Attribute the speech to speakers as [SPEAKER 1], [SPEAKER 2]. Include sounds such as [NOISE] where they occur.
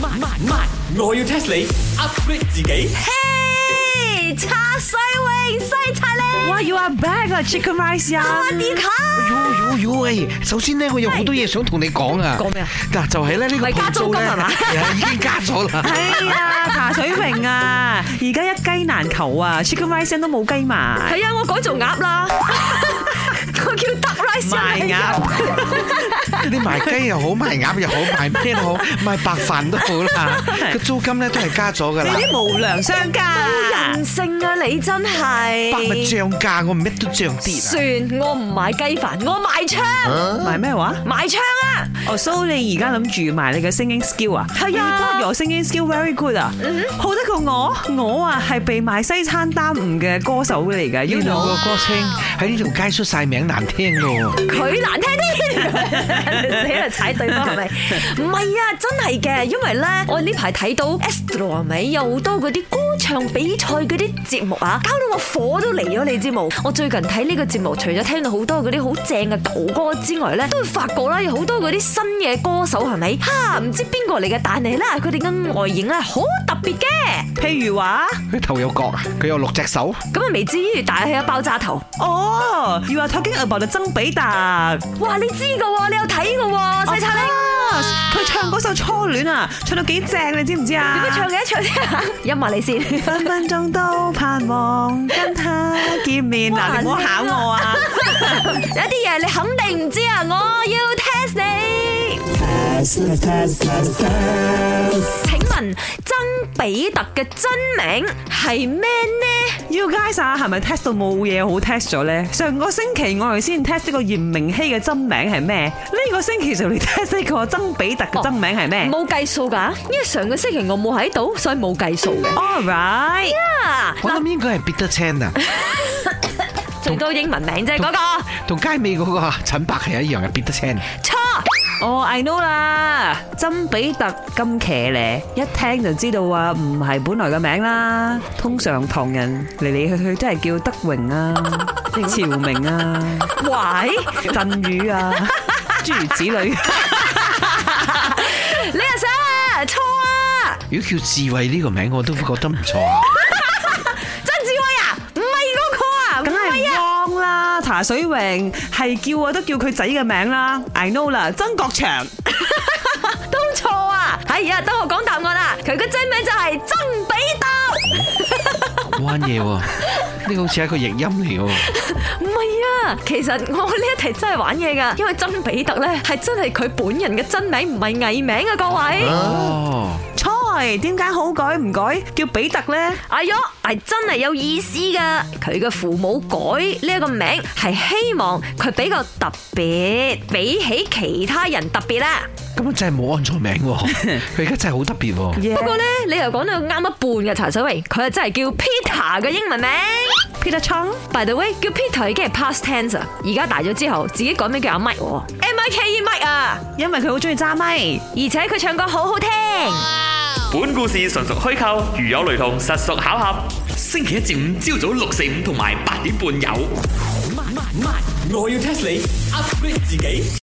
[SPEAKER 1] 慢慢慢，我要 test 你 upgrade 自己。
[SPEAKER 2] 嘿，茶水榮西茶咧，
[SPEAKER 3] 哇，You are back 啊，Chicken Rice 啊
[SPEAKER 2] 我！啲卡
[SPEAKER 4] 喲喲喲！誒，首先咧，我有好多嘢想同你講啊。
[SPEAKER 2] 講咩啊？
[SPEAKER 4] 嗱，就係咧呢個
[SPEAKER 2] 咪加
[SPEAKER 4] 鋪租
[SPEAKER 2] 租金
[SPEAKER 4] 咧 [LAUGHS]
[SPEAKER 2] 係嘛，
[SPEAKER 4] 已經加咗啦。
[SPEAKER 3] 係啊，茶水榮啊，而家一雞難求啊，Chicken à, Rice 都冇雞賣，
[SPEAKER 2] 係啊，我改做鴨 [LAUGHS] 啦，我叫德 rice 啊
[SPEAKER 3] 賣鴨。
[SPEAKER 4] 你賣雞又好，賣鴨又好，賣
[SPEAKER 2] [LAUGHS]
[SPEAKER 4] 咩都好，賣白飯都好啦。個租金咧都係加咗㗎
[SPEAKER 3] 你
[SPEAKER 4] 啦。
[SPEAKER 3] 啲無良商家，
[SPEAKER 2] 人性啊，你真係
[SPEAKER 4] 百物漲價，我乜都漲啲啦。
[SPEAKER 2] 算，我唔買雞飯，我賣槍，
[SPEAKER 3] 賣咩話？
[SPEAKER 2] 賣槍啊！
[SPEAKER 3] 哦，so 你而家諗住埋你嘅 singing skill à. 啊？
[SPEAKER 2] 係
[SPEAKER 3] You
[SPEAKER 2] 啊
[SPEAKER 3] got your singing skill very good à. 啊，好得過我，我啊係被賣西餐耽誤嘅歌手嚟㗎，you
[SPEAKER 4] 呢度
[SPEAKER 3] know
[SPEAKER 4] 個歌星喺呢條街出晒名難聽喎。
[SPEAKER 2] 佢難聽啲，死啦踩對方係咪？唔係啊，真係嘅，因為咧，我呢排睇到 Astro 係咪有好多嗰啲歌唱比賽嗰啲節目啊，搞到我火都嚟咗你知冇？我最近睇呢個節目，除咗聽到好多嗰啲好正嘅舊歌之外咧，都會發覺啦，有好多嗰啲新嘅歌手係咪？哈，唔知邊個嚟嘅，但係咧，佢哋嘅外形咧啊好特別嘅，
[SPEAKER 3] 譬如話，
[SPEAKER 4] 佢頭有角啊，佢有六隻手。
[SPEAKER 2] 咁啊未至於，但係有爆炸頭。
[SPEAKER 3] 哦，You are talking about 曾比特。
[SPEAKER 2] 哇，你知噶喎，你有睇噶喎，
[SPEAKER 3] 西
[SPEAKER 2] 西餐廳。
[SPEAKER 3] 哦佢唱嗰首初戀啊，唱到幾正，你知唔知啊？
[SPEAKER 2] 點解唱嘅？唱啲 [LAUGHS] 啊，音樂你先。
[SPEAKER 3] 分分鐘都盼望跟他見面嗱，你唔好考我啊！
[SPEAKER 2] 有啲嘢你肯定唔知啊！我要 test 你。請問曾比特嘅真名係咩呢？
[SPEAKER 3] 要 guys 啊，係咪 test 到冇嘢好 test 咗咧？上個星期我哋先 test 呢個嚴明熙嘅真名係咩？呢個星期就嚟 test 呢個曾比特
[SPEAKER 2] 哦
[SPEAKER 3] 嘅真名係咩
[SPEAKER 2] 冇計數㗎，因為上個星期我冇喺度，所以冇計數嘅。
[SPEAKER 3] ？All right，
[SPEAKER 2] 啊，
[SPEAKER 4] 我諗應該係
[SPEAKER 2] [LAUGHS]
[SPEAKER 4] Peter Chan 啊，
[SPEAKER 2] 最多英文名啫，嗰個
[SPEAKER 4] [LAUGHS] 同街尾嗰個陳伯係一樣嘅 Peter Chan。
[SPEAKER 2] 錯。
[SPEAKER 3] 哦，I know 啦，曾比特咁騎呢，一聽就知道啊，唔係本來嘅名啦。通常唐人嚟嚟去去都係叫德榮 [LAUGHS] 啊、朝明啊、
[SPEAKER 2] 喂，
[SPEAKER 3] 振宇啊，諸如此 [LAUGHS] 類。
[SPEAKER 2] 你又想啊？錯啊！
[SPEAKER 4] 如果叫智慧呢個名，我都覺得唔錯啊。
[SPEAKER 2] 曾志偉啊，唔係嗰個
[SPEAKER 3] 梗
[SPEAKER 2] 啊，
[SPEAKER 3] 係汪啦，茶水榮係叫我都叫佢仔嘅名啦，I know 啦，曾國祥。
[SPEAKER 2] 都錯啊！哎呀，等我講答案啦，佢嘅真名就係曾比特。
[SPEAKER 4] 冇玩嘢喎，呢個好似係一個譯音嚟喎。
[SPEAKER 2] 唔係啊，其實我呢一題真係玩嘢噶，因為曾比特咧係真係佢本人嘅真名，唔係藝名啊，各位。
[SPEAKER 4] 哦，
[SPEAKER 3] 菜點解好改唔改叫比特呢？
[SPEAKER 2] 哎喲，係真係有意思噶。佢嘅父母改呢一個名係希望佢比較特別，比起其他人特別啦。
[SPEAKER 4] 咁啊真係冇按錯名喎，佢而家真係好特別喎。
[SPEAKER 2] 不過
[SPEAKER 3] Yeah，
[SPEAKER 2] 咧，你又講到啱一半嘅茶水榮，佢係真係叫 Peter 嘅英文名。
[SPEAKER 3] Peter Chung。
[SPEAKER 2] By the way，叫 Peter 已經係 past tense 啊，而家大咗之後，自己改名叫阿 Mike 喎，M I K E Mike 啊，
[SPEAKER 3] 因為佢好中意揸咪。
[SPEAKER 2] 而且佢唱歌好好聽。
[SPEAKER 1] 本故事純屬虛構，如有雷同，實屬巧合。星期一至五朝早六四五同埋八點半有。慢慢慢，我要 test 你 upgrade 自己。